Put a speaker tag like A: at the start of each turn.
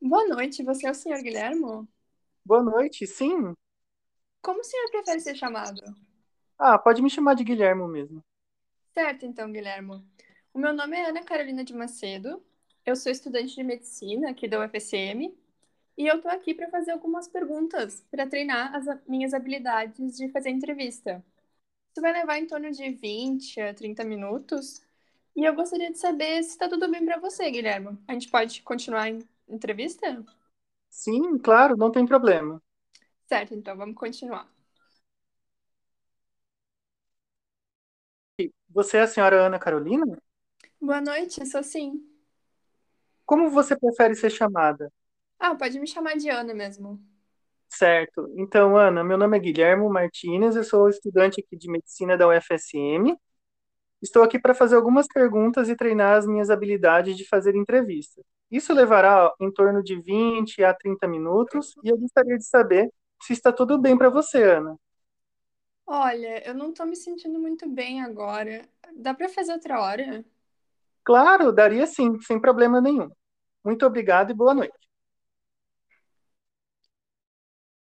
A: Boa noite, você é o senhor Guilhermo?
B: Boa noite, sim.
A: Como o senhor prefere ser chamado?
B: Ah, pode me chamar de Guilhermo mesmo.
A: Certo, então, Guilhermo. O meu nome é Ana Carolina de Macedo, eu sou estudante de medicina aqui da UFSM e eu tô aqui para fazer algumas perguntas para treinar as a- minhas habilidades de fazer entrevista. Isso vai levar em torno de 20 a 30 minutos e eu gostaria de saber se está tudo bem para você, Guilhermo. A gente pode continuar a entrevista?
B: Sim, claro, não tem problema.
A: Certo, então, vamos continuar.
B: Você é a senhora Ana Carolina?
A: Boa noite, sou sim.
B: Como você prefere ser chamada?
A: Ah, pode me chamar de Ana mesmo.
B: Certo. Então, Ana, meu nome é Guilhermo Martins, eu sou estudante aqui de medicina da UFSM. Estou aqui para fazer algumas perguntas e treinar as minhas habilidades de fazer entrevista. Isso levará em torno de 20 a 30 minutos e eu gostaria de saber se está tudo bem para você, Ana.
A: Olha, eu não tô me sentindo muito bem agora. Dá pra fazer outra hora?
B: Claro, daria sim, sem problema nenhum. Muito obrigado e boa noite.